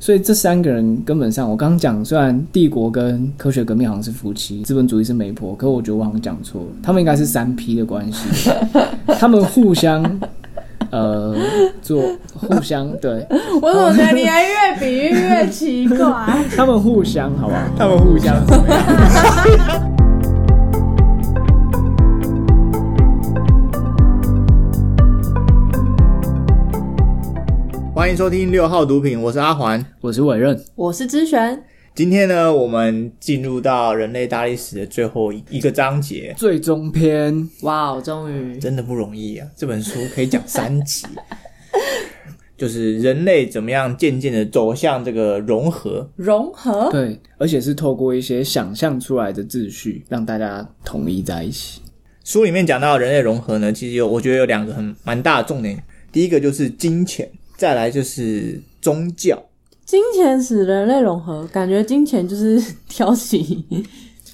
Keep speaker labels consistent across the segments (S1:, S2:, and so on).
S1: 所以这三个人根本上，我刚刚讲，虽然帝国跟科学革命好像是夫妻，资本主义是媒婆，可我觉得我好像讲错了，他们应该是三 P 的关 系，他们互相。呃，做互相对，
S2: 我总觉得你还越比喻越奇怪。
S1: 他们互相，好不好？
S3: 他们互相怎么样？欢迎收听六号毒品，我是阿环。
S1: 我是委任，
S2: 我是之璇，
S3: 今天呢，我们进入到人类大历史的最后一个章节，
S1: 最终篇，
S2: 哇哦，终于
S3: 真的不容易啊！这本书可以讲三集， 就是人类怎么样渐渐的走向这个融合。
S2: 融合，
S1: 对，而且是透过一些想象出来的秩序，让大家统一在一起。
S3: 书里面讲到人类融合呢，其实有我觉得有两个很蛮大的重点，第一个就是金钱，再来就是宗教。
S2: 金钱使人类融合，感觉金钱就是挑起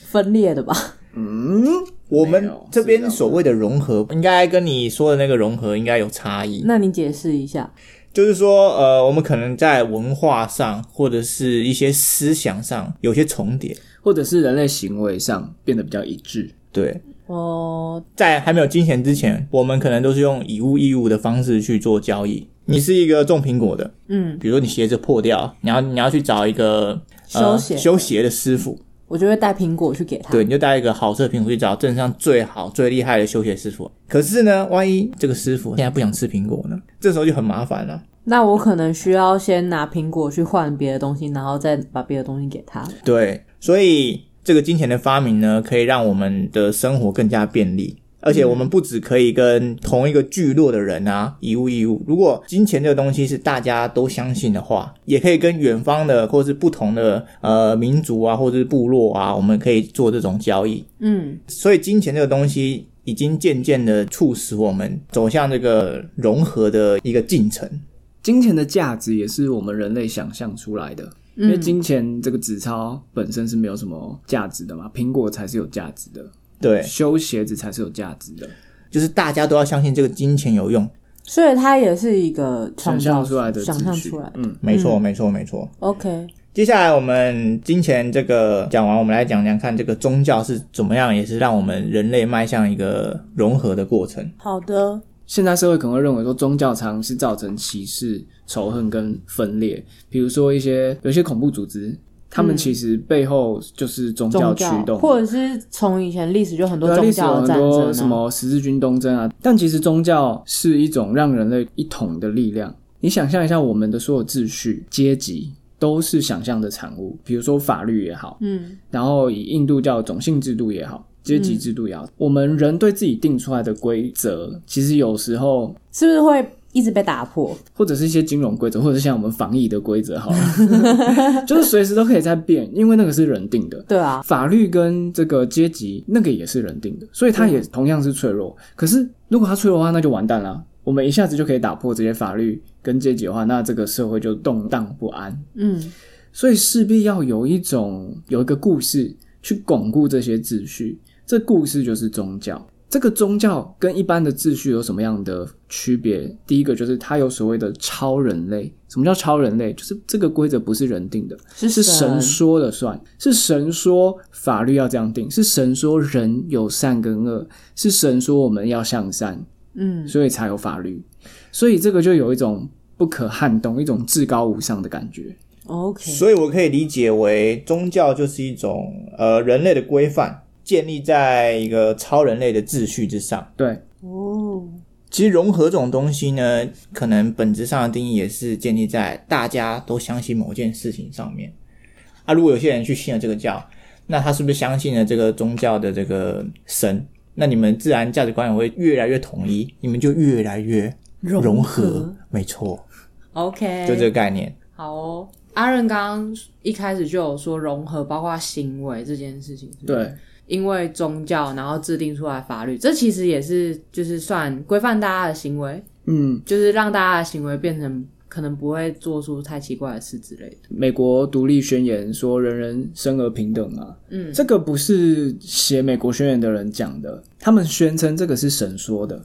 S2: 分裂的吧？
S1: 嗯，
S3: 我
S1: 没
S3: 们
S1: 有
S3: 这
S1: 是
S3: 边
S1: 这样
S3: 所谓的融合，应该跟你说的那个融合应该有差异。
S2: 那你解释一下，
S3: 就是说，呃，我们可能在文化上或者是一些思想上有些重叠。
S1: 或者是人类行为上变得比较一致。
S3: 对，
S2: 哦，
S3: 在还没有金钱之前，我们可能都是用以物易物的方式去做交易。你是一个种苹果的，
S2: 嗯，
S3: 比如说你鞋子破掉，你要你要去找一个呃
S2: 修鞋
S3: 修鞋的师傅，
S2: 我就会带苹果去给他。
S3: 对，你就带一个好色苹果去找镇上最好最厉害的修鞋师傅。可是呢，万一这个师傅现在不想吃苹果呢，这时候就很麻烦了。
S2: 那我可能需要先拿苹果去换别的东西，然后再把别的东西给他。
S3: 对，所以这个金钱的发明呢，可以让我们的生活更加便利。而且我们不只可以跟同一个聚落的人啊以物易物，如果金钱这个东西是大家都相信的话，也可以跟远方的或是不同的呃民族啊或者是部落啊，我们可以做这种交易。
S2: 嗯，
S3: 所以金钱这个东西已经渐渐的促使我们走向这个融合的一个进程。
S1: 金钱的价值也是我们人类想象出来的，
S2: 嗯
S1: 因为金钱这个纸钞本身是没有什么价值的嘛，苹果才是有价值的，
S3: 对，
S1: 修鞋子才是有价值的，
S3: 就是大家都要相信这个金钱有用。
S2: 所以它也是一个创
S1: 想
S2: 造
S1: 象出来的秩序
S2: 想象出来的。
S1: 嗯，
S3: 没错，没错，没错。
S2: OK，
S3: 接下来我们金钱这个讲完，我们来讲讲看这个宗教是怎么样，也是让我们人类迈向一个融合的过程。
S2: 好的，
S1: 现在社会可能会认为说宗教常是造成歧视、仇恨跟分裂，比如说一些有一些恐怖组织，他们其实背后就是宗
S2: 嗯宗
S1: 驱
S2: 教
S1: 动，
S2: 或者是从以前历史就很多
S1: 对啊，
S2: 宗
S1: 历史有
S2: 教的
S1: 很
S2: 战争、啊，
S1: 多什么十字军东征啊，但其实宗教是一种让人类一统的力量。你想象一下，我们的所有秩序、阶级都是想象的产物，比如说法律也好，
S2: 嗯，
S1: 然后以印度教种姓制度也好，阶级制度也好，我们人对自己定出来的规则，其实有时候。
S2: 是不是会一直被打破？
S1: 或者是一些金融规则，或者像我们防疫的规则，好了， 就是随时都可以在变，因为那个是人定的。
S2: 对啊，
S1: 法律跟这个阶级那个也是人定的，所以它也同样是脆弱。可是如果它脆弱的话，那就完蛋了。我们一下子就可以打破这些法律跟阶级的话，那这个社会就动荡不安。
S2: 嗯，
S1: 所以势必要有一种有一个故事去巩固这些秩序。这故事就是宗教。这个宗教跟一般的秩序有什么样的区别？第一个就是它有所谓的超人类。什么叫超人类？就是这个规则不是人定的，
S2: 是
S1: 是神说了算，是神说法律要这样定，是神说人有善跟恶，是神说我们要向善，
S2: 嗯，
S1: 所以才有法律。所以这个就有一种不可撼动、一种至高无上的感觉。
S2: OK，
S3: 所以我可以理解为宗教就是一种呃人类的规范，建立在一个超人类的秩序之上。
S1: 对，
S2: 哦，
S3: 其实融合这种东西呢，可能本质上的定义也是建立在大家都相信某件事情上面。啊，如果有些人去信了这个教，那他是不是相信了这个宗教的这个神？那你们自然价值观也会越来越统一，你们就越来越
S2: 融
S3: 融
S2: 合哎
S3: 没错，
S2: OK，
S3: 就这个概念。
S2: 好哦。阿任刚刚一开始就有说融合，包括行为这件事情，是不是
S1: 对，
S2: 因为宗教然后制定出来法律，这其实也是就是算规范大家的行为，
S1: 嗯，
S2: 就是让大家的行为变成可能不会做出太奇怪的事之类的。
S1: 美国独立宣言说人人生而平等啊，
S2: 嗯，
S1: 这个不是写美国宣言的人讲的，他们宣称这个是神说的，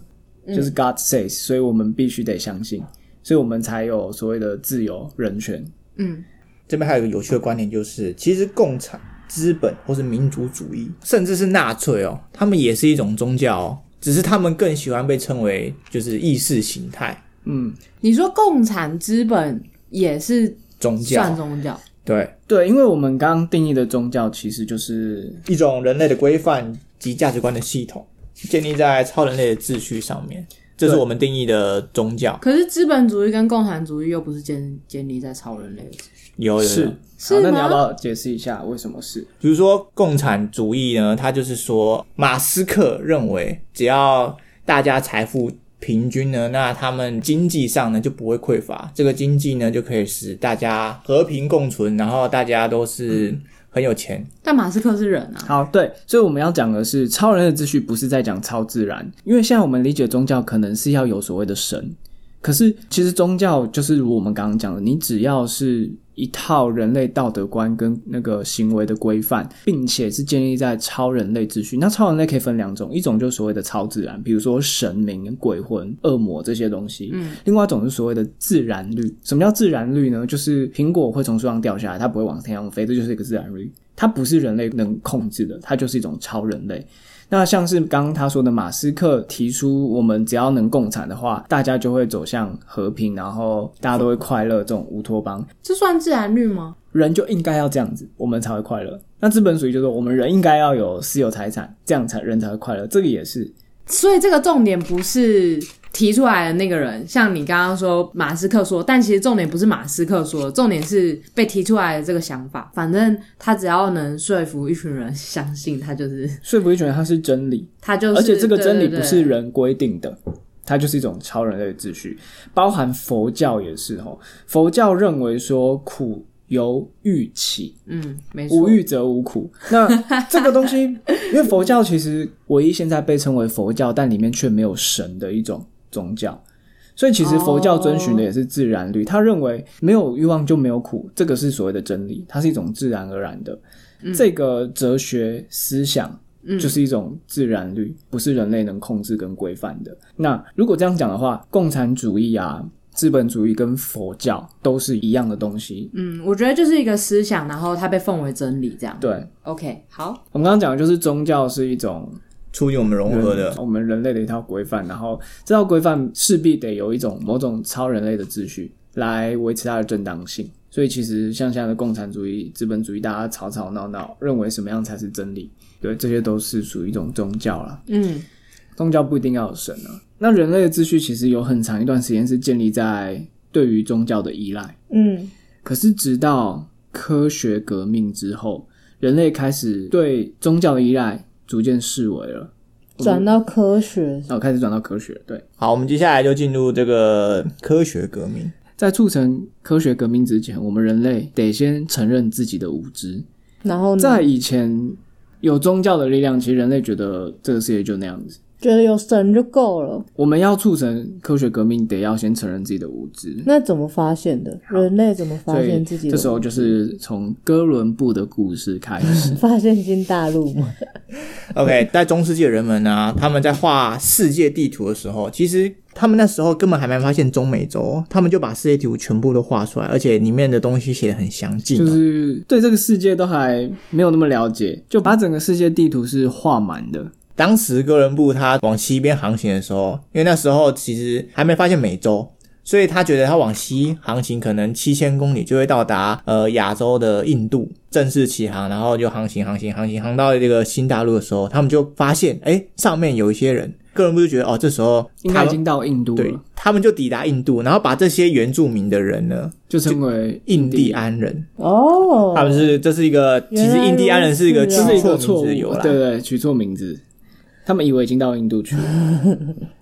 S1: 就是 God says，所以我们必须得相信，所以我们才有所谓的自由人权。
S2: 嗯，
S3: 这边还有一个有趣的观点，就是其实共产资本或是民族主义，甚至是纳粹哦，他们也是一种宗教哦，只是他们更喜欢被称为就是意识形态
S1: 嗯，
S2: 你说共产资本也是
S3: 宗
S2: 算
S3: 教，
S2: 宗教，
S3: 对
S1: 对，因为我们刚刚定义的宗教其实就是
S3: 一种人类的规范及价值观的系统，建立在超人类的秩序上面，这是
S1: 对
S3: 我们定义的宗教。
S2: 可是资本主义跟共产主义又不是建建立在超人类的，
S3: 有有有
S1: 是。
S2: 是
S1: 好，那你
S2: 吗
S1: 要不要解释一下为什么是？
S3: 比如说共产主义呢，它就是说马斯克认为，只要大家财富平均呢，那他们经济上呢就不会匮乏，这个经济呢就可以使大家和平共存，然后大家都是很有钱。
S2: 但马斯克是人啊，
S1: 好，对，所以我们要讲的是超人的秩序，不是在讲超自然，因为现在我们理解宗教可能是要有所谓的神，可是其实宗教就是如我们刚刚讲的，你只要是一套人类道德观跟那个行为的规范，并且是建立在超人类秩序。那超人类可以分两种，一种就是所谓的超自然，比如说神明、鬼魂、恶魔这些东西；嗯，另外一种是所谓的自然律。什么叫自然律呢？就是苹果会从树上掉下来，它不会往天上飞，这就是一个自然律。它不是人类能控制的，它就是一种超人类。那像是刚刚他说的，马斯克提出我们只要能共产的话，大家就会走向和平，然后大家都会快乐这种乌托邦，
S2: 这算自然律吗？
S1: 人就应该要这样子，我们才会快乐。那资本主义就是我们人应该要有私有财产，这样才人才会快乐。这个也是
S2: 所以这个重点不是提出来的那个人，像你刚刚说马斯克说，但其实重点不是马斯克说的，重点是被提出来的这个想法。反正他只要能说服一群人相信，他就是
S1: 说服一群人，它是真理，
S2: 他就是，
S1: 而且这个
S2: 对
S1: 真理
S2: 对
S1: 不
S2: 对
S1: 是人规定的，它就是一种超人类的秩序，包含佛教也是哦。佛教认为说苦由欲起，
S2: 嗯，没错，
S1: 无欲则无苦。那这个东西，因为佛教其实唯一现在被称为佛教，但里面却没有神的一种宗教，所以其实佛教遵循的也是自然律。他认为没有欲望就没有苦，这个是所谓的真理，它是一种自然而然的。这个哲学思想就是一种自然律，不是人类能控制跟规范的。那如果这样讲的话，共产主义啊、资本主义跟佛教都是一样的东西。
S2: 嗯，我觉得就是一个思想，然后他被奉为真理这样。
S1: 对
S2: ，OK，好，
S1: 我们刚刚讲的就是宗教是一种
S3: 促进我们融合的
S1: 人我们人类的一套规范，然后这套规范势必得有一种某种超人类的秩序来维持它的正当性。所以其实像现在的共产主义、资本主义，大家吵吵闹闹，认为什么样才是真理，对，这些都是属于一种宗教啦。
S2: 嗯，
S1: 宗教不一定要有神啊。那人类的秩序其实有很长一段时间是建立在对于宗教的依赖，
S2: 嗯，
S1: 可是直到科学革命之后，人类开始对宗教的依赖逐渐视为了。
S2: 转到科学，
S1: 然后开始转到科学，对，
S3: 好，我们接下来就进入这个科学革命。
S1: 在促成科学革命之前，我们人类得先承认自己的无知。
S2: 然后
S1: 在以前有宗教的力量，其实人类觉得这个世界就那样子。
S2: 觉得有神就够了。
S1: 我们要促成科学革命，得要先承认自己的无知。
S4: 那怎么发现的？人类怎么发
S1: 所以
S4: 现自己的？
S1: 这时候就是从哥伦布的故事开始。
S4: 发现新大陆吗？
S3: OK，在中世纪的人们呢、他们在画世界地图的时候，其实他们那时候根本还没发现中美洲哦，他们就把世界地图全部都画出来，而且里面的东西写得很详尽哦、
S1: 就是对这个世界都还没有那么了解，就把整个世界地图是画满的。
S3: 当时哥伦布他往西边航行的时候，因为那时候其实还没发现美洲，所以他觉得他往西航行可能七千公里就会到达呃亚洲的印度，正式起航，然后就航行航行航行航到这个新大陆的时候，他们就发现哎上面有一些人，哥伦布就觉得哦这时候
S1: 应
S3: 他
S1: 该已
S3: 们
S1: 经到印度
S3: 对
S1: 了，
S3: 他们就抵达印度，然后把这些原住民的人呢
S1: 就称为
S3: 印第安人，
S4: 哦，
S3: 他们是这是一个其实印第安人是一个
S4: 原
S3: 取
S4: 来
S1: 这是一
S3: 错
S1: 个
S3: 名
S1: 错误
S3: 字的由，来，
S1: 对对，取错名字，他们以为已经到印度去了。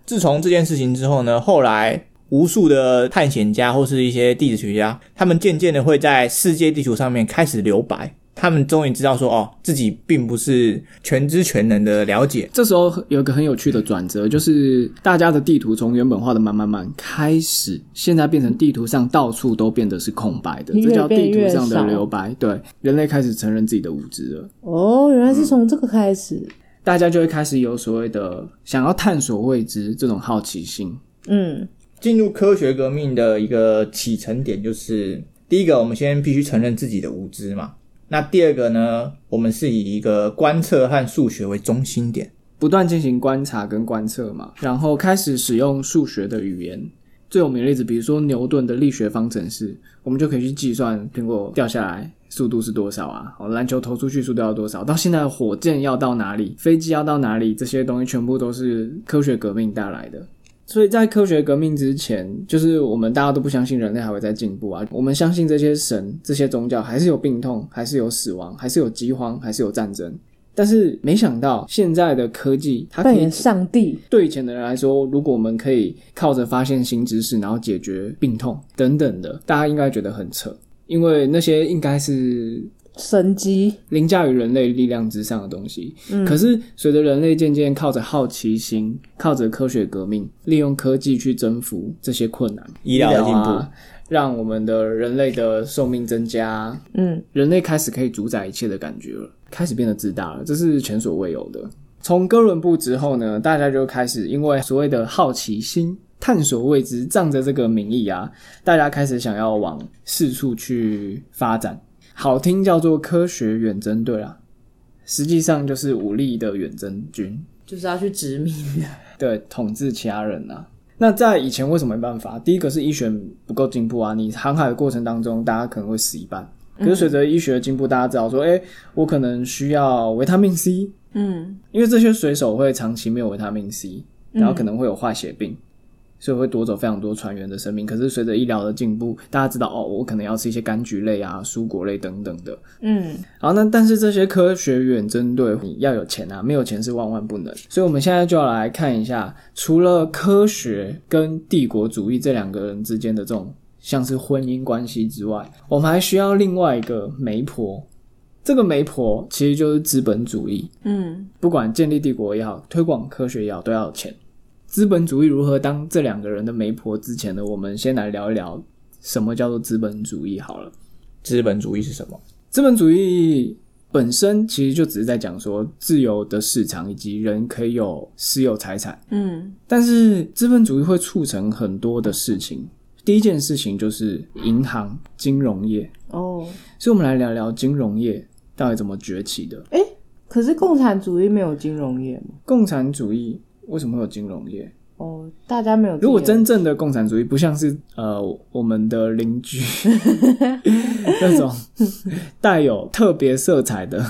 S3: 自从这件事情之后呢，后来无数的探险家或是一些地质学家，他们渐渐的会在世界地图上面开始留白。他们终于知道说，哦，自己并不是全知全能的了解。
S1: 这时候有一个很有趣的转
S4: 嗯
S1: 折，就是大家的地图从原本画的满满满开始，现在变成地图上到处都变得是空白的，这
S4: 越
S1: 叫地
S4: 变
S1: 图
S4: 越
S1: 上的
S4: 少
S1: 留白。对，人类开始承认自己的无知了。
S4: 哦，原来是从这个开始。
S1: 大家就会开始有所谓的想要探索未知这种好奇心。
S4: 嗯，
S3: 进入科学革命的一个启程点，就是第一个，我们先必须承认自己的无知嘛。那第二个呢，我们是以一个观测和数学为中心点。
S1: 不断进行观察跟观测嘛，然后开始使用数学的语言。最有名的例子，比如说牛顿的力学方程式，我们就可以去计算苹果掉下来速度是多少啊，哦篮球投出去速度要多少，到现在火箭要到哪里，飞机要到哪里，这些东西全部都是科学革命带来的。所以在科学革命之前，就是我们大家都不相信人类还会再进步啊，我们相信这些神、这些宗教还是有病痛，还是有死亡，还是有饥荒，还是有战争。但是没想到现在的科技，啊它可
S4: 扮
S1: 以
S4: 演上帝，
S1: 对以前的人来说，如果我们可以靠着发现新知识，然后解决病痛等等的，大家应该觉得很扯，因为那些应该是
S4: 神机，嗯
S1: 凌驾于人类力量之上的东西。
S2: 嗯
S1: 可是随着人类渐渐靠着好奇心，靠着科学革命，利用科技去征服这些困难，
S3: 医疗的进步
S1: 啊让我们的人类的寿命增加，
S4: 嗯，
S1: 人类开始可以主宰一切的感觉了，开始变得自大了，这是前所未有的。从哥伦布之后呢，大家就开始因为所谓的好奇心、探索未知，仗着这个名义啊，大家开始想要往四处去发展。好听叫做科学远征队啦，实际上就是武力的远征军，
S2: 就是要去殖民的。
S1: 对，统治其他人啊。那在以前为什么没办法？第一个是医学不够进步啊，你航海的过程当中，大家可能会死一半。可是随着医学的进步，大家知道说，哎、我可能需要维他命 C，
S4: 嗯，
S1: 因为这些水手会长期没有维他命 C，然后可能会有坏血病，所以会夺走非常多船员的生命。可是随着医疗的进步，大家知道哦，我可能要吃一些柑橘类啊、蔬果类等等的。
S4: 嗯，
S1: 好，那但是这些科学远征队你要有钱啊，没有钱是万万不能。所以我们现在就要来看一下，除了科学跟帝国主义这两个人之间的这种像是婚姻关系之外，我们还需要另外一个媒婆。这个媒婆其实就是资本主义，
S4: 嗯，
S1: 不管建立帝国也好，推广科学也好，都要有钱。资本主义如何当这两个人的媒婆之前呢？我们先来聊一聊什么叫做资本主义好了。
S3: 资本主义是什么？
S1: 资本主义本身其实就只是在讲说自由的市场以及人可以有私有财产，
S4: 嗯，
S1: 但是资本主义会促成很多的事情。第一件事情就是银行、金融业，
S4: 哦，
S1: 所以我们来聊聊金融业到底怎么崛起的。
S4: 可是共产主义没有金融业嘛？
S1: 共产主义为什么会有金融业？
S4: 哦，大家没有自己的，
S1: 如果真正的共产主义不像是呃我们的邻居那种带有特别色彩的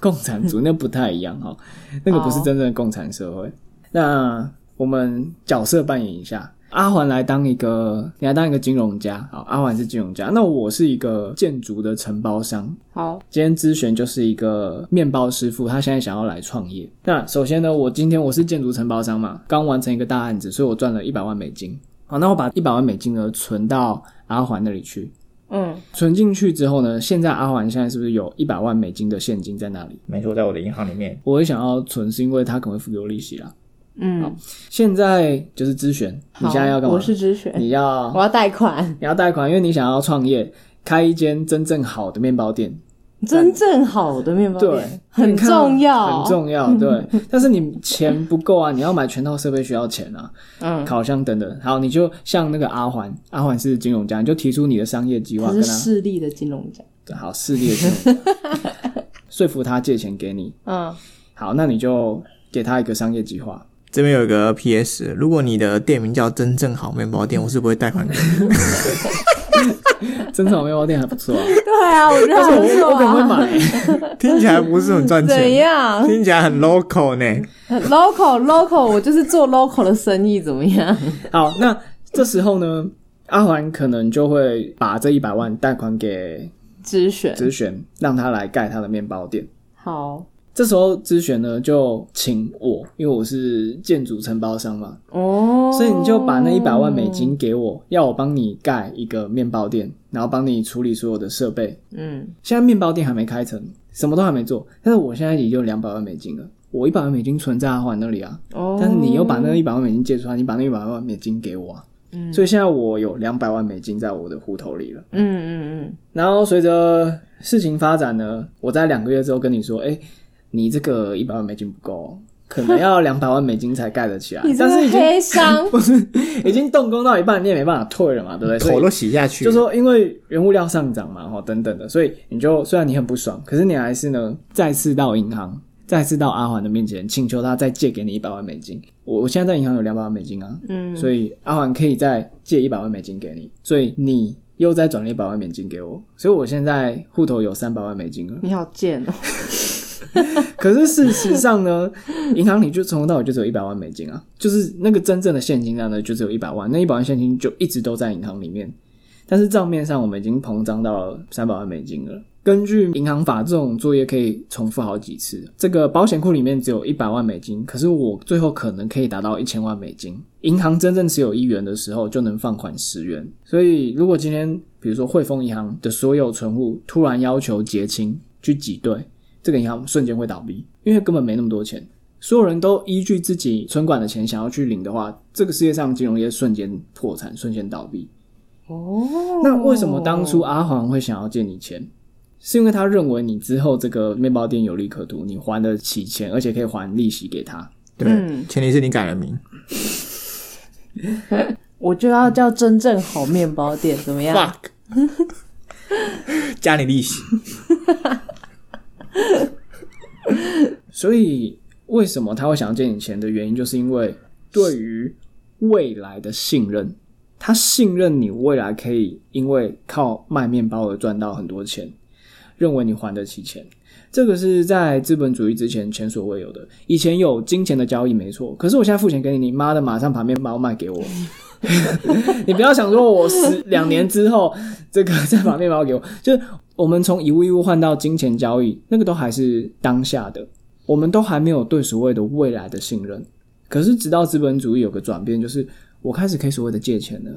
S1: 共产主义，那不太一样哈，那个不是真正的共产社会。那我们角色扮演一下，阿环来当一个，你来当一个金融家，好，阿环是金融家，那我是一个建筑的承包商，
S4: 好，
S1: 今天咨询就是一个面包师傅，他现在想要来创业。那首先呢，我今天我是建筑承包商嘛，刚完成一个大案子，所以我赚了一百万美金。好，那我把一百万美金呢存到阿环那里去。
S4: 嗯，
S1: 存进去之后呢，现在阿环现在是不是有一百万美金的现金在那里？
S3: 没错，在我的银行里面，
S1: 我会想要存，是因为他可能会付给我利息啦。
S4: 嗯，
S1: 现在就是咨询，你现在要干
S4: 好
S1: 嘛
S4: 我？是直选，
S1: 你要
S4: 我要贷款，
S1: 你要贷款，因为你想要创业，开一间真正好的面包店。
S4: 真正好的面包
S1: 对啊
S4: 店， 很重要，
S1: 很 重要，对。但是你钱不够啊，你要买全套设备需要钱啊，
S4: 嗯，
S1: 烤箱等等。好，你就像那个阿环，阿环是金融家，你就提出你的商业计划
S4: 他
S1: 跟
S4: 是
S1: 他
S4: 势力的金融家，
S1: 对好势力的金 融家说服他借钱给你。
S4: 嗯，
S1: 好，那你就给他一个商业计划。
S3: 这边有一个 PS，如果你的店名叫“真正好面包店”，我是不会贷款给你。
S1: 真正好面包店还不错 啊，
S4: 对啊，我觉得
S1: 但是
S4: 很不
S1: 我我
S4: 错
S1: 可能会
S4: 啊，
S1: 买、
S3: 听起来不是 很赚
S4: 怎
S3: 钱，
S4: 样
S3: 听起来很 local 呢。
S4: ？local local，我就是做 local 的生意，怎么样？
S1: 好，那这时候呢，阿环可能就会把这一百万贷款给
S4: 直选，
S1: 子璇，让他来盖他的面包店。
S4: 好，
S1: 这时候咨询呢就请我，因为我是建筑承包商嘛，
S4: 哦，
S1: 所以你就把那一百万美，金给我，要我帮你盖一个面包店，然后帮你处理所有的设备。
S4: 嗯，
S1: 现在面包店还没开成，什么都还没做，但是我现在也就两百万美金了。我一百万美金存在阿环那里啊，
S4: 哦，
S1: 但是你又把那一百万美金借出来，你把那一百万美金给我啊，
S4: 嗯
S1: 所以现在我有两百万美金在我的户头里了。
S4: 嗯嗯
S1: 然后随着事情发展呢，我在两个月之后跟你说，哎、你这个一百万美金不够哦，可能要两百万美金才盖得起来
S4: 你，这
S1: 哎但是
S4: 个
S1: 已经
S4: 黑箱，
S1: 已经动工到一半，你也没办法退了嘛，对不对？所以
S3: 头都洗下去，
S1: 就说因为原物料上涨嘛，哈等等的，所以你就虽然你很不爽，可是你还是呢再次到银行，再次到阿环的面前请求他再借给你一百万美金。我我现在在银行有两百万美金啊，
S4: 嗯，
S1: 所以阿环可以再借一百万美金给你，所以你又再转了一百万美金给我，所以我现在户头有三百万美金了。
S4: 你好贱哦，
S1: 可是事实上呢，银行里就从头到尾就只有一百万美金啊，就是那个真正的现金量呢，就只有一百万，那一百万现金就一直都在银行里面，但是账面上我们已经膨胀到三百万美金了。根据银行法，这种作业可以重复好几次。这个保险库里面只有一百万美金，可是我最后可能可以达到一千万美金。银行真正持有一元的时候，就能放款十元。所以，如果今天比如说汇丰银行的所有存户突然要求结清去挤兑，这个银行瞬间会倒闭，因为根本没那么多钱。所有人都依据自己存款的钱想要去领的话，这个世界上金融业瞬间破产，瞬间倒闭。
S4: 哦，
S1: 那为什么当初阿黄会想要借你钱？是因为他认为你之后这个面包店有利可图，你还得起钱，而且可以还利息给他。
S3: 对，
S4: 嗯
S3: 前提是你改了名。
S4: 我就要叫真正好面包店怎么样？
S3: fuck，加 你利息。
S1: 所以为什么他会想要借你钱的原因，就是因为对于未来的信任，他信任你未来可以因为靠卖面包而赚到很多钱，认为你还得起钱。这个是在资本主义之前前所未有的。以前有金钱的交易没错，可是我现在付钱给你，你妈的马上把面包卖给我。你不要想说我十 两年之后这个再把面包给我，就是我们从一物一物换到金钱交易，那个都还是当下的，我们都还没有对所谓的未来的信任。可是直到资本主义有个转变，就是我开始可以所谓的借钱了。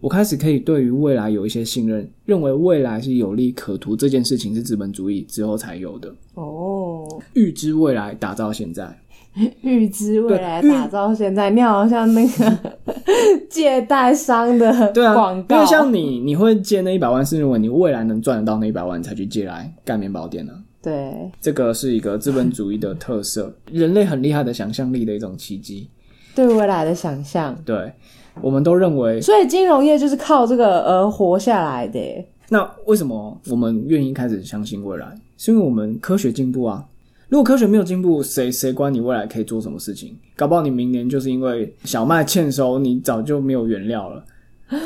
S1: 我开始可以对于未来有一些信任，认为未来是有利可图，这件事情是资本主义之后才有的。
S4: 哦，
S1: 预知未来，打造现在。
S4: 预知未来，
S1: 对
S4: 打造现在，你好像那个 借贷商的
S1: 对啊，
S4: 广告，
S1: 因为像你，你会借那一百万，是认为你未来能赚得到那一百万，你才去借来盖面包店呢、啊
S4: 对
S1: 这个是一个资本主义的特色，人类很厉害的想象力的一种奇迹。
S4: 对未来的想象。
S1: 对，我们都认为，
S4: 所以金融业就是靠这个而活下来的耶。
S1: 那为什么我们愿意开始相信未来？是因为我们科学进步啊。如果科学没有进步，谁谁管你未来可以做什么事情？搞不好你明年就是因为小麦欠收，你早就没有原料了。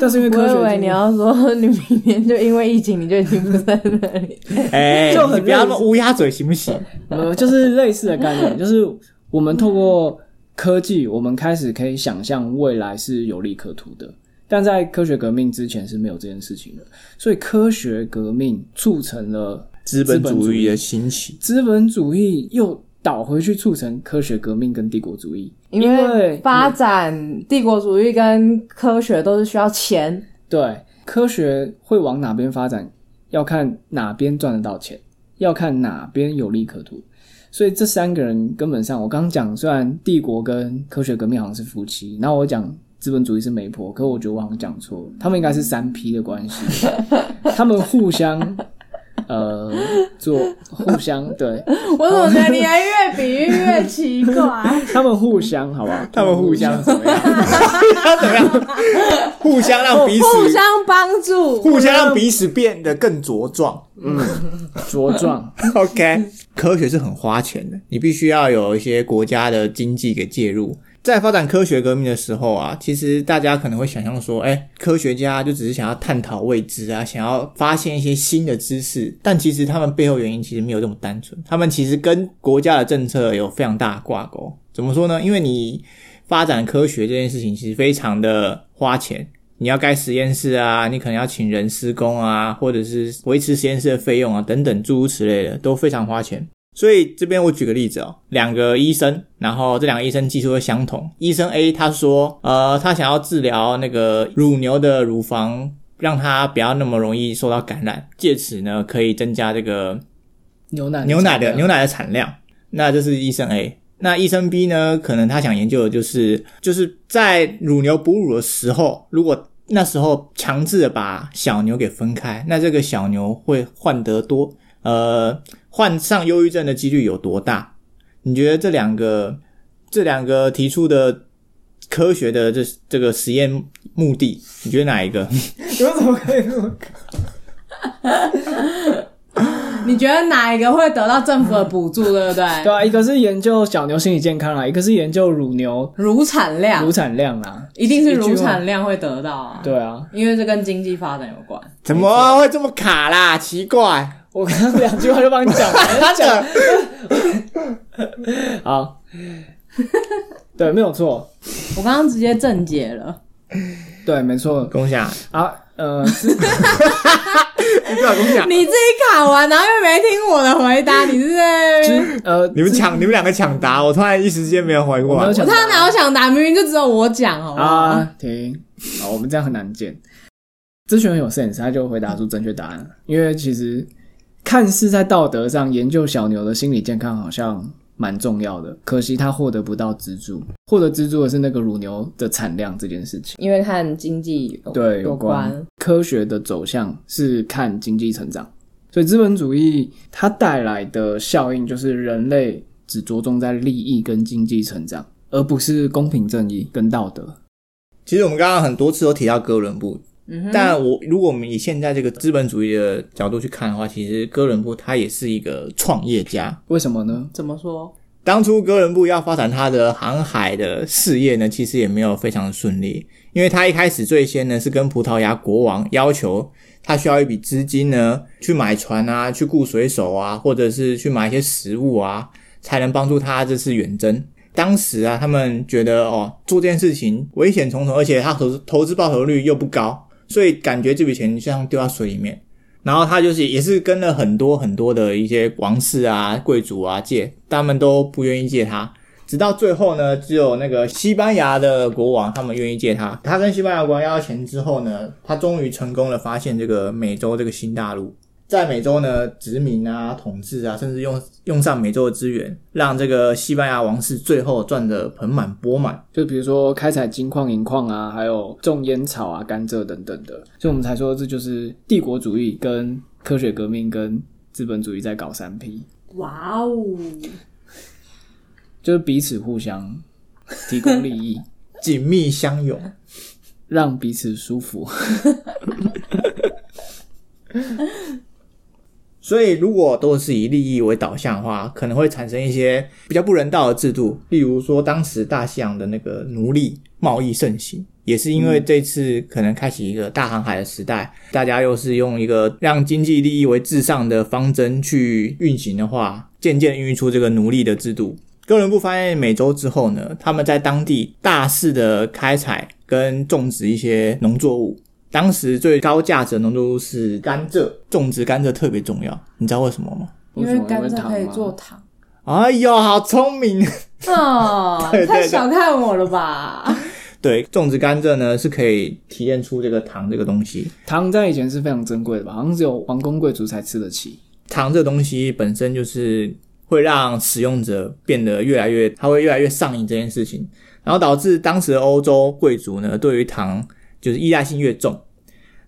S1: 但是因为科
S4: 我
S1: 学
S4: 以
S1: 进步，
S4: 为你要说你明年就因为疫情你就已经不在那里，
S3: 哎、
S1: 就很
S3: 你不要那么乌鸦嘴行不行？
S1: 呃，就是类似的概念，就是我们透过科技，我们开始可以想象未来是有利可图的。但在科学革命之前是没有这件事情的，所以科学革命促成了
S3: 资本主义的兴 起，
S1: 资本主义，又倒回去促成科学革命跟帝国主义，
S4: 因
S1: 因
S4: 为
S1: 为
S4: 发展帝国主义跟科学都是需要钱。
S1: 对，科学会往哪边发展，要看哪边赚得到钱，要看哪边有利可图。所以这三个人根本上，我刚讲，虽然帝国跟科学革命好像是夫妻，然后我讲资本主义是媒婆，可我觉得我好像讲错了，他们应该是三 P 的关系，他们互相呃做互相对，
S4: 我总觉得你还越比喻越奇怪。
S1: 他们互相好不好？
S3: 他们互相怎么样？互相怎么样？ 互相让彼此
S4: 哦互相帮助，
S3: 互相让彼此变得更茁壮。
S1: 茁壮，
S3: OK，科学是很花钱的，你必须要有一些国家的经济给介入。在发展科学革命的时候啊，其实大家可能会想象说，哎、科学家就只是想要探讨未知啊，想要发现一些新的知识，但其实他们背后原因其实没有这么单纯，他们其实跟国家的政策有非常大的挂钩。怎么说呢？因为你发展科学这件事情其实非常的花钱，你要盖实验室啊，你可能要请人施工啊，或者是维持实验室的费用啊，等等诸如此类的，都非常花钱。所以这边我举个例子哦，两个医生，然后这两个医生技术都相同。医生 A 他说，呃，他想要治疗那个乳牛的乳房，让它不要那么容易受到感染，借此呢可以增加这个
S1: 牛奶
S3: 牛奶的牛奶的产量。那这是医生 A。那医生 B 呢？可能他想研究的就是，就是在乳牛哺乳的时候，如果那时候强制的把小牛给分开，那这个小牛会患得多呃患上忧郁症的几率有多大？你觉得这两个这两个提出的科学的这这个实验目的，你觉得哪一个？
S1: 有什么可以说？
S2: 你觉得哪一个会得到政府的补助，对不对？
S1: 对啊，一个是研究小牛心理健康啦，一个是研究乳牛
S2: 乳产量
S1: 乳产量啦。
S2: 一定是
S1: 一句话
S2: 乳产量会得到啊，
S1: 对啊，
S2: 因为这跟经济发展有关。
S3: 怎么会这么卡啦？奇 怪，
S1: 我刚刚两句话就帮你 讲完了，讲
S3: 的
S1: 好，对，没有错，
S2: 我刚刚直接正解了，
S1: 对，没错
S3: 恭喜啊！
S1: 啊，呃，
S3: 你不要恭喜啊！
S2: 你自己卡完，然后又没听我的回答，你是在那边
S1: 之呃，
S3: 你们抢，你们两个抢答，我突然一时间没有回
S1: 我
S3: 过啊
S1: 没有
S3: 来。
S1: 想到
S2: 他哪有想答，明明就只有我讲，好不好？
S1: 啊，停，好，我们这样很难见。咨询很有 sense，他就回答出正确答案，因为其实看似在道德上研究小牛的心理健康好像蛮重要的，可惜他获得不到资助，获得资助的是那个乳牛的产量这件事情。
S4: 因为和经济有
S1: 对，有
S4: 有
S1: 关科学的走向是看经济成长，所以资本主义它带来的效应就是人类只着重在利益跟经济成长，而不是公平正义跟道德。
S3: 其实我们刚刚很多次都提到哥伦布，
S2: 嗯
S1: 嗯
S3: 但我如果我们以现在这个资本主义的角度去看的话，其实哥伦布他也是一个创业家。
S1: 为什么呢？
S2: 怎么说？
S3: 当初哥伦布要发展他的航海的事业呢，其实也没有非常顺利，因为他一开始最先呢是跟葡萄牙国王要求，他需要一笔资金呢去买船啊，去雇水手啊，或者是去买一些食物啊，才能帮助他这次远征。当时啊，他们觉得哦，做这件事情危险重重，而且他投投资报酬率又不高，所以感觉这笔钱就像丢到水里面。然后他就是也是跟了很多很多的一些王室啊、贵族啊借，他们都不愿意借他。直到最后呢，只有那个西班牙的国王他们愿意借他。他跟西班牙国王要到钱之后呢，他终于成功的发现这个美洲这个新大陆，在美洲呢殖民啊、统治啊，甚至用用上美洲的资源，让这个西班牙王室最后赚得盆满钵满。
S1: 就比如说开采金矿、银矿啊，还有种烟草啊、甘蔗等等的，所以我们才说这就是帝国主义跟科学革命跟资本主义在搞三 P，
S2: 哇哦！
S1: 就是彼此互相提供利 益，
S3: 紧密相拥，
S1: 让彼此舒服。
S3: 所以如果都是以利益为导向的话，可能会产生一些比较不人道的制度，例如说当时大西洋的那个奴隶贸易盛行，也是因为这次可能开启一个大航海的时代，大家又是用一个让经济利益为至上的方针去运行的话，渐渐孕育出这个奴隶的制度。哥伦布发现美洲之后呢，他们在当地大肆的开采跟种植一些农作物，当时最高价值的农作物是甘蔗，种植甘蔗特别重要，你知道为什么吗？
S2: 因为甘
S1: 为什
S2: 蔗
S1: 么
S2: 可以
S1: 吗
S2: 做糖。
S3: 哎呦，好聪明！
S2: 哦，
S3: 对对
S2: 你太
S3: 对
S2: 小看我了吧？
S3: 对，种植甘蔗呢是可以提炼出这个糖这个东西。
S1: 糖，在以前是非常珍贵的吧？好像只有王公贵族才吃得起。
S3: 糖这个东西本身就是会让使用者变得越来越，他会越来越上瘾这件事情，然后导致当时的欧洲贵族呢对于糖就是依赖性越重，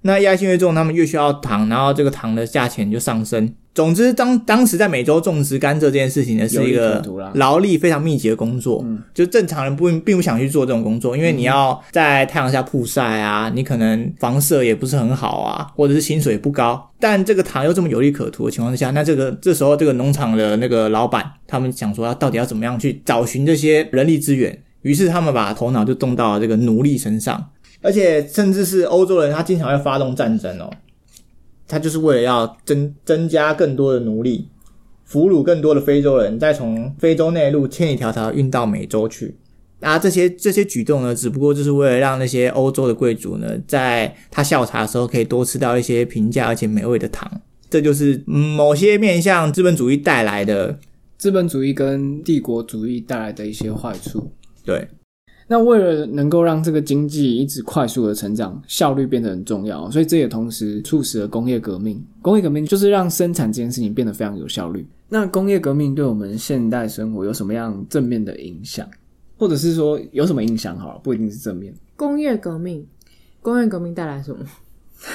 S3: 那依赖性越重，他们越需要糖，然后这个糖的价钱就上升。总之，当当时在美洲种植甘蔗这件事情呢，是一
S1: 有利
S3: 个
S1: 可图啦嗯
S3: 劳力非常密集的工作，就正常人不并不想去做这种工作，因为你要在太阳下曝晒啊，你可能房舍也不是很好啊，或者是薪水也不高。但这个糖又这么有利可图的情况之下，那这个这时候这个农场的那个老板，他们想说要到底要怎么样去找寻这些人力资源，于是他们把头脑就动到了这个奴隶身上，而且甚至是欧洲人，他经常会发动战争哦，他就是为了要增增加更多的奴隶，俘虏更多的非洲人，再从非洲内陆千里迢迢运到美洲去。啊，这些这些举动呢，只不过就是为了让那些欧洲的贵族呢，在他下午茶的时候可以多吃到一些平价而且美味的糖。这就是、嗯、某些面向资本主义带来的，
S1: 资本主义跟帝国主义带来的一些坏处。
S3: 对，
S1: 那为了能够让这个经济一直快速的成长，效率变得很重要，所以这也同时促使了工业革命。工业革命就是让生产这件事情变得非常有效率。那工业革命对我们现代生活有什么样正面的影响，或者是说有什么影响？好了，不一定是正面。
S2: 工业革命，工业革命带来什么？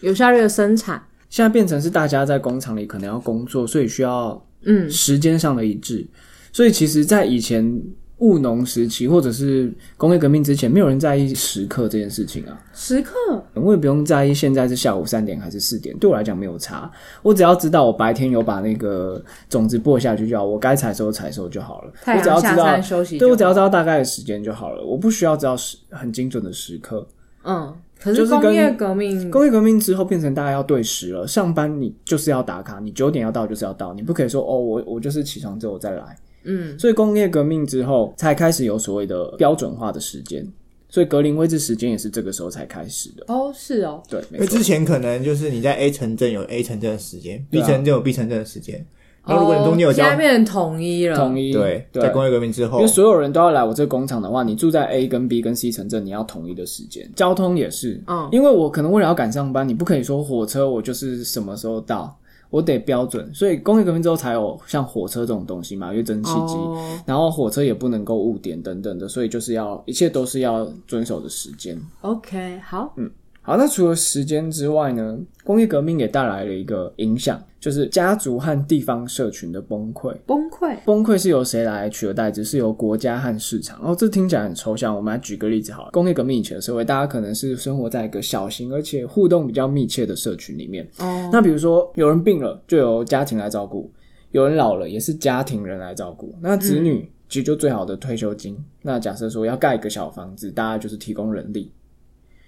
S2: 有效率的生产，
S1: 现在变成是大家在工厂里可能要工作，所以需要
S2: 嗯，
S1: 时间上的一致，所以其实，在以前务农时期或者是工业革命之前，没有人在意时刻这件事情啊。
S2: 时刻
S1: 我也不用在意现在是下午三点还是四点，对我来讲没有差。我只要知道我白天有把那个种子播下去就好，我该采收采收就好了。
S2: 太
S1: 我只要
S2: 阳下
S1: 知
S2: 山
S1: 道，
S2: 休息就好，
S1: 对我只要知道大概的时间就好了，我不需要知道时很精准的时刻。
S2: 嗯，可
S1: 就是是跟
S2: 工业革命
S1: 工业革命之后变成大家要对时了，上班你就是要打卡，你九点要到就是要到，你不可以说哦，我我就是起床之后我再来。
S2: 嗯
S1: 所以工业革命之后才开始有所谓的标准化的时间，所以格林威治时间也是这个时候才开始的。
S2: 哦是哦，
S1: 对，没
S3: 因为
S1: 错
S3: 之。前可能就是你在 A 城镇有 A 城镇的时间
S1: 对
S3: ，B
S1: 啊
S3: 城镇有 B 城镇的时间，然后如果你中间有
S2: 哦现
S3: 交
S2: 在变成统一了，
S1: 统一
S3: 对，
S1: 对
S3: 在，工业革命之
S1: 因
S2: 哦
S3: 后
S1: 为，所有人都要来我这个工厂的话，你住在 A 跟 B 跟 C 城镇，你要统一的时间。交通也是，
S2: 嗯
S1: 因为我可能为了要赶上班，你不可以说火车我就是什么时候到，我得标准。所以工业革命之后才有像火车这种东西嘛，因为蒸汽机。
S2: 哦
S1: 然后火车也不能够误点等等的，所以就是要一切都是要遵守的时间。
S2: ，OK，好，
S1: 嗯好，那除了时间之外呢，工业革命也带来了一个影响，就是家族和地方社群的崩溃。
S2: 崩溃，
S1: 崩溃是由谁来取而代之？是由国家和市场。哦，这听起来很抽象，我们来举个例子好了。工业革命以前的社会，大家可能是生活在一个小型而且互动比较密切的社群里面。
S2: 哦，
S1: 那比如说，有人病了，就由家庭来照顾；有人老了，也是家庭人来照顾。那子女其实就最好的退休金。那假设说要盖一个小房子，大家就是提供人力。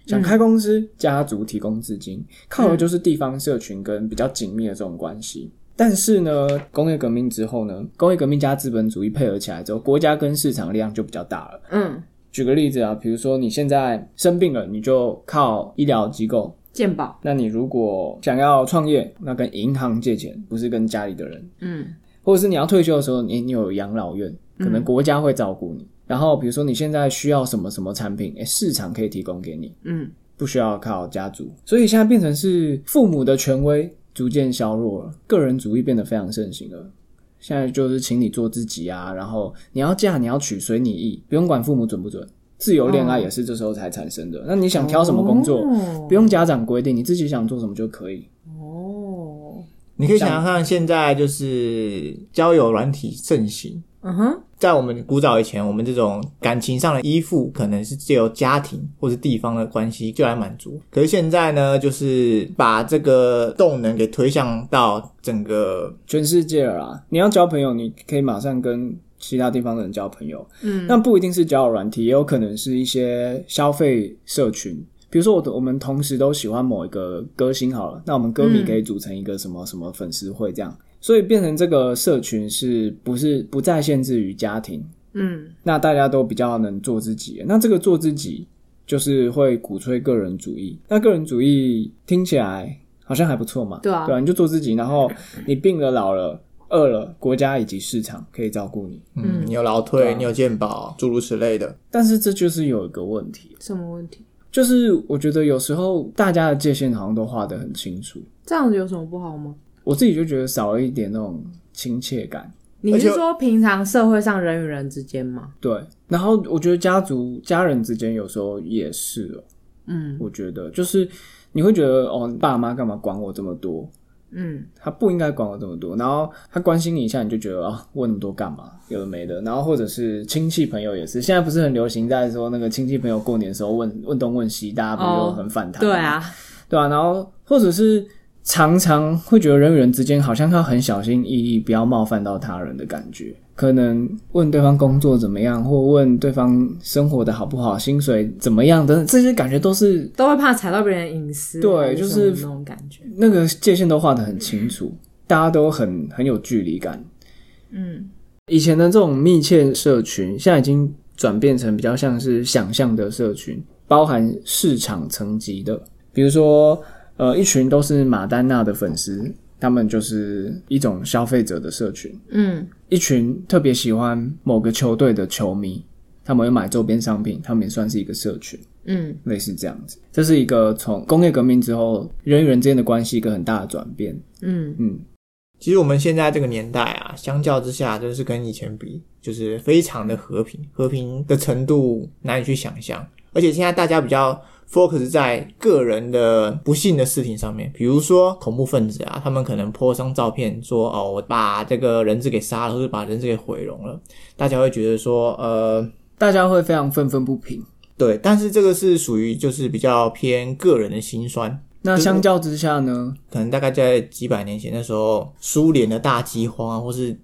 S1: 想开公司，家族提供资金，靠的就是地方社群跟比较紧密的这种关系。但是呢，工业革命之后呢，工业革命加资本主义配合起来之后，国家跟市场力量就比较大了。
S2: 嗯，
S1: 举个例子啊，比如说你现在生病了，你就靠医疗机构
S2: 鉴宝，
S1: 那你如果想要创业，那跟银行借钱，不是跟家里的人，
S2: 嗯
S1: 或者是你要退休的时候，你你有养老院，可能国家会照顾你。然后比如说你现在需要什么什么产品，诶，市场可以提供给你，
S2: 嗯，
S1: 不需要靠家族。所以现在变成是父母的权威逐渐削弱了，个人主义变得非常盛行了。现在就是请你做自己啊，然后你要嫁你要娶随你意，不用管父母准不准。自由恋爱也是这时候才产生的。那你想挑什么工作，不用家长规定，你自己想做什么就可以。
S2: 哦，
S3: 你可以想象看现在就是交友软体盛行。
S2: 嗯哼，
S3: 在我们古早以前，我们这种感情上的依附，可能是借由家庭或是地方的关系就来满足。可是现在呢，就是把这个动能给推向到整个
S1: 全世界了啦，你要交朋友，你可以马上跟其他地方的人交朋友。
S2: 嗯，
S1: 那不一定是交友软体，也有可能是一些消费社群。比如说我，我们同时都喜欢某一个歌星好了，那我们歌迷
S2: 嗯
S1: 可以组成一个什么什么粉丝会这样，所以变成这个社群是不是不再限制于家庭？
S2: 嗯
S1: 那大家都比较能做自己。那这个做自己就是会鼓吹个人主义。那个人主义听起来好像还不错嘛，
S2: 对啊
S1: 对你就做自己，然后你病了、老了、饿了，国家以及市场可以照顾你。
S3: 嗯，
S2: 嗯
S3: 你有劳
S1: 对
S3: 退，
S1: 啊
S3: 你有健保，诸如此类的。
S1: 但是这就是有一个问题，
S2: 什么问题？
S1: 就是我觉得有时候大家的界限好像都画得很清楚，
S2: 这样子有什么不好吗？
S1: 我自己就觉得少了一点那种亲切感。
S2: 你
S3: 而且
S2: 是说平常社会上人与人之间吗？
S1: 对，然后我觉得家族家人之间有时候也是哦，
S2: 嗯
S1: 我觉得就是你会觉得哦，爸妈干嘛管我这么多？
S2: 嗯，
S1: 他不应该管我这么多，然后他关心你一下，你就觉得啊，问那么多干嘛？有的没的，然后或者是亲戚朋友也是，现在不是很流行在说那个亲戚朋友过年的时候问问东问西，大家不
S2: 哦
S1: 就很反弹、
S2: 对，啊，
S1: 对啊，然后或者是常常会觉得人与人之间好像要很小心翼翼，不要冒犯到他人的感觉。可能问对方工作怎么样，或问对方生活的好不好、薪水怎么样等等，这些感觉都是
S2: 都会怕踩到别人的隐私，
S1: 对
S2: 还
S1: 就是
S2: 什么那种感觉。
S1: 那个界限都画得很清楚，大家都很很有距离感。
S2: 嗯，
S1: 以前的这种密切社群，现在已经转变成比较像是想象的社群，包含市场层级的，比如说，呃，一群都是马丹娜的粉丝，他们就是一种消费者的社群；
S2: 嗯
S1: 一群特别喜欢某个球队的球迷，他们会买周边商品，他们也算是一个社群。
S2: 嗯
S1: 类似这样子，这是一个从工业革命之后人与人之间的关系一个很大的转变。
S2: 嗯，
S1: 嗯，
S3: 其实我们现在这个年代啊，相较之下，就是跟以前比，就是非常的和平，和平的程度难以去想象。而且现在大家比较 focus 在个人的不幸的事情上面，比如说恐怖分子啊，他们可能 po 张照片说哦，我把这个人质给杀了，或者把人质给毁容了，大家会觉得说呃，
S1: 大家会非常愤愤不平。
S3: 对，但是这个是属于就是比较偏个人的心酸，
S1: 那相较之下呢？
S3: 可能大概在几百年前，那时候苏联的大饥荒啊，或是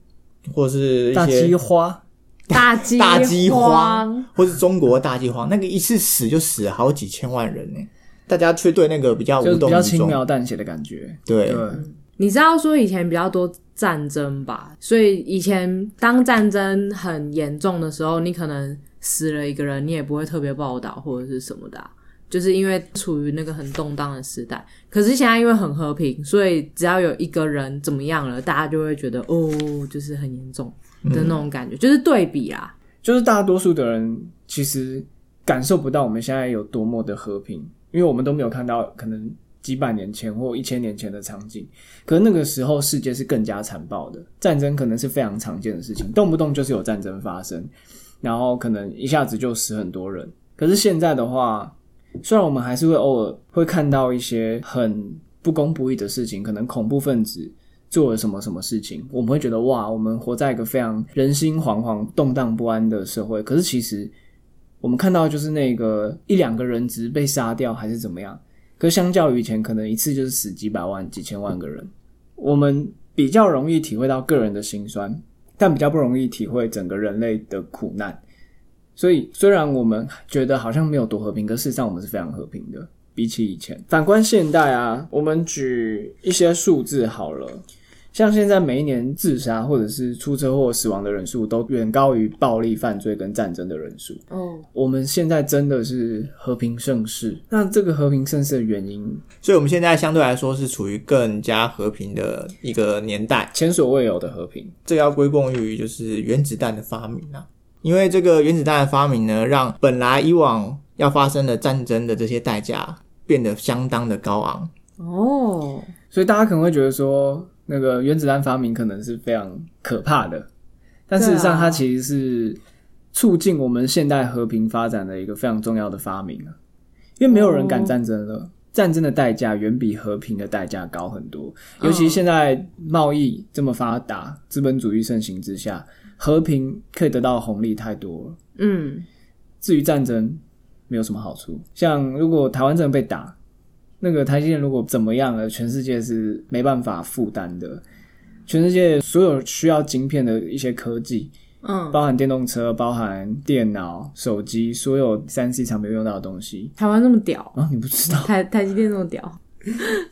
S3: 或是一
S1: 大
S3: 些
S1: 鸡花
S2: 大饥
S3: 大饥
S2: 荒
S3: 荒，或是中国的大饥荒，那个一次死就死了好几千万人呢、大家却对那个比较
S1: 就
S3: 无
S1: 是
S3: 动
S1: 比较
S3: 于
S1: 轻
S3: 衷。
S1: 描淡写的感觉。
S3: 对
S1: 对，
S2: 你知道说以前比较多战争吧，所以以前当战争很严重的时候，你可能死了一个人，你也不会特别报道或者是什么的啊、就是因为处于那个很动荡的时代。可是现在因为很和平，所以只要有一个人怎么样了，大家就会觉得哦，就是很严重的那种感觉，就是对比啊啦。
S1: 就是大多数的人其实感受不到我们现在有多么的和平，因为我们都没有看到可能几百年前或一千年前的场景。可是那个时候世界是更加残暴的，战争可能是非常常见的事情，动不动就是有战争发生，然后可能一下子就死很多人。可是现在的话，虽然我们还是会偶尔会看到一些很不公不义的事情，可能恐怖分子做了什么什么事情，我们会觉得哇，我们活在一个非常人心惶惶、动荡不安的社会。可是其实我们看到就是那个一两个人只是被杀掉还是怎么样，可是相较于以前，可能一次就是死几百万、几千万个人，我们比较容易体会到个人的辛酸，但比较不容易体会整个人类的苦难。所以，虽然我们觉得好像没有多和平，可事实上我们是非常和平的。比起以前，反观现代啊，我们举一些数字好了，像现在每一年自杀或者是出车祸死亡的人数都远高于暴力犯罪跟战争的人数。
S2: 哦，
S1: 我们现在真的是和平盛世，那这个和平盛世的原因
S3: 所以我们现在相对来说是处于更加和平的一个年代，
S1: 前所未有的和平，
S3: 这要归功于就是原子弹的发明啊，因为这个原子弹的发明呢，让本来以往要发生的战争的这些代价变得相当的高昂。
S2: 哦，
S1: 所以大家可能会觉得说，那个原子弹发明可能是非常可怕的，但事实
S2: 对
S1: 上
S2: 啊
S1: 它其实是促进我们现代和平发展的一个非常重要的发明啊，因为没有人敢战争
S2: 哦
S1: 了。战争的代价远比和平的代价高很多，尤其现在贸易这么发达、资本主义盛行之下，和平可以得到的红利太多了。
S2: 嗯，
S1: 至于战争，没有什么好处。像如果台湾真的被打，那个台积电如果怎么样了，全世界是没办法负担的。全世界所有需要晶片的一些科技，
S2: 嗯，
S1: 包含电动车、包含电脑、手机，所有三 C 产品用到的东西
S2: 台湾那么屌，
S1: 啊，你不知道，
S2: 台台积电那么屌，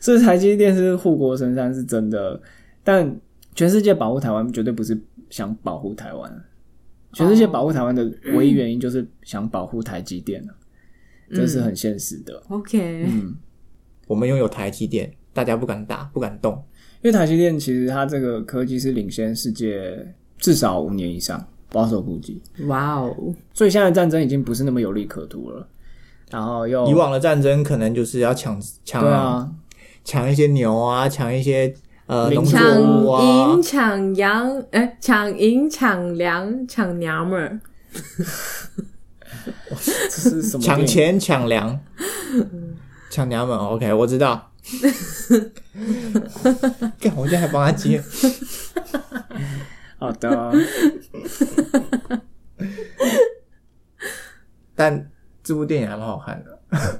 S1: 所以台积电是护国神山是真的，但全世界保护台湾绝对不是想保护台湾，全世界保护台湾的唯一原因就是想保护台积电
S3: 哦
S1: 啊这是很现实
S3: 嗯
S1: 的。
S2: OK，
S3: 我们拥有台积电，大家不敢打，不敢动。
S1: 因为台积电其实它这个科技是领先世界至少五年以上，保守估计，
S2: 哇哦，
S1: 所以现在战争已经不是那么有利可图了。然后又
S3: 以往的战争可能就是要抢抢
S1: 哦对啊，
S3: 抢一些牛啊，抢一些呃
S1: 民
S3: 农
S1: 族
S3: 作
S2: 抢
S3: 物啊
S2: 银、，抢羊，哎、抢银、抢粮、抢娘们儿，
S1: 这是什么电
S3: 抢
S1: 影？
S3: 钱、抢粮、抢娘们。OK，我 知道。干，我现在还帮他接。
S1: 好的，
S3: 但这部电影还蛮好看的，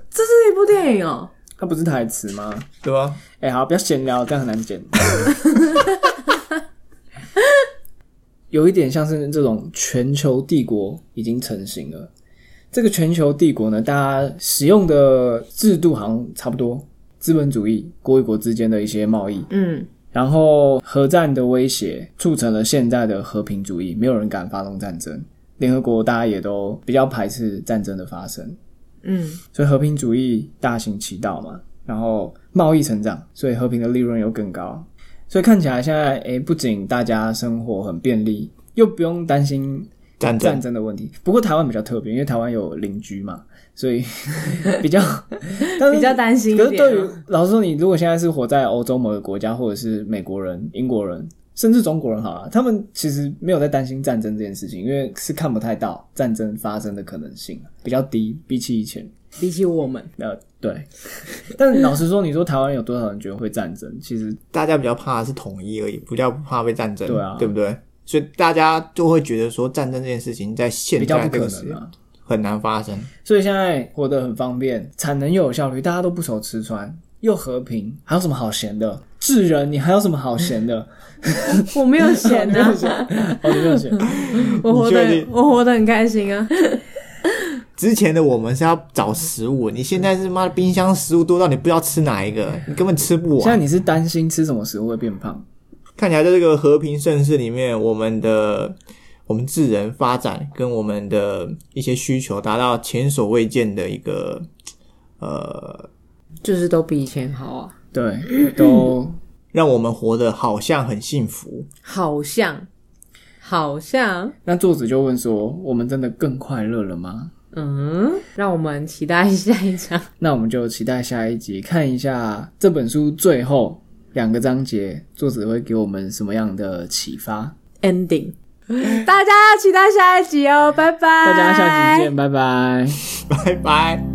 S2: 这是一部电影哦、
S1: 它不是台词吗？
S3: 对吧？
S1: 哎、好，不要闲聊，这样很难剪。有一点像是这种全球帝国已经成型了。这个全球帝国呢，大家使用的制度好像差不多，资本主义国与国之间的一些贸易，
S2: 嗯，
S1: 然后核战的威胁促成了现在的和平主义，没有人敢发动战争。联合国大家也都比较排斥战争的发生，
S2: 嗯，
S1: 所以和平主义大行其道嘛。然后贸易成长，所以和平的利润又更高。所以看起来现在，诶，不仅大家生活很便利，又不用担心
S3: 战
S1: 战
S3: 争，
S1: 争的问题。不过台湾比较特别，因为台湾有邻居嘛，所 以比较，但是
S2: 比较担心一
S1: 可是
S2: 点
S1: 对于
S2: 啊、
S1: 老实说，你如果现在是活在欧洲某个国家，或者是美国人、英国人，甚至中国人好了，他们其实没有在担心战争这件事情，因为是看不太到战争发生的可能性比较低，比起以前。
S2: 比起我们，
S1: 呃，对，但老实说，你说台湾有多少人觉得会战争？其实
S3: 大家比较怕的是统一而已，比较不怕被战争，
S1: 对啊
S3: 不对？所以大家就会觉得说，战争这件事情在现
S1: 比较
S3: 在
S1: 不
S3: 这
S1: 可
S3: 个时
S1: 能
S3: 代
S1: 啊。
S3: 很难发生。
S1: 所以现在活得很方便，产能又有效率，大家都不愁吃穿，又和平，还有什么好闲的？智人，你还有什么好闲的？
S2: 我没有闲 啊，
S1: 哦，你没有闲，
S2: 我活
S3: 你确
S2: 得
S3: 定
S2: 我活得很开心啊。
S3: 之前的我们是要找食物，你现在是妈冰箱食物多到你不知道吃哪一个，你根本吃不
S1: 现在
S3: 完。
S1: 你是担心吃什么食物会变胖？
S3: 看起来在这个和平盛世里面，我们的我们智人发展跟我们的一些需求达到前所未见的一个呃，
S2: 就是都比以前好啊，
S1: 对，都
S3: 让我们活得好像很幸福。
S2: 好像，好像，
S1: 那作者就问说：“我们真的更快乐了吗
S2: 嗯，让我们期待下一章。？”
S1: 那我们就期待下一集，看一下这本书最后两个章节，作者会给我们什么样的启发。
S2: ending。
S4: 大家要期待下一集哦，拜拜，
S1: 大家下集见，拜拜。
S3: 拜拜。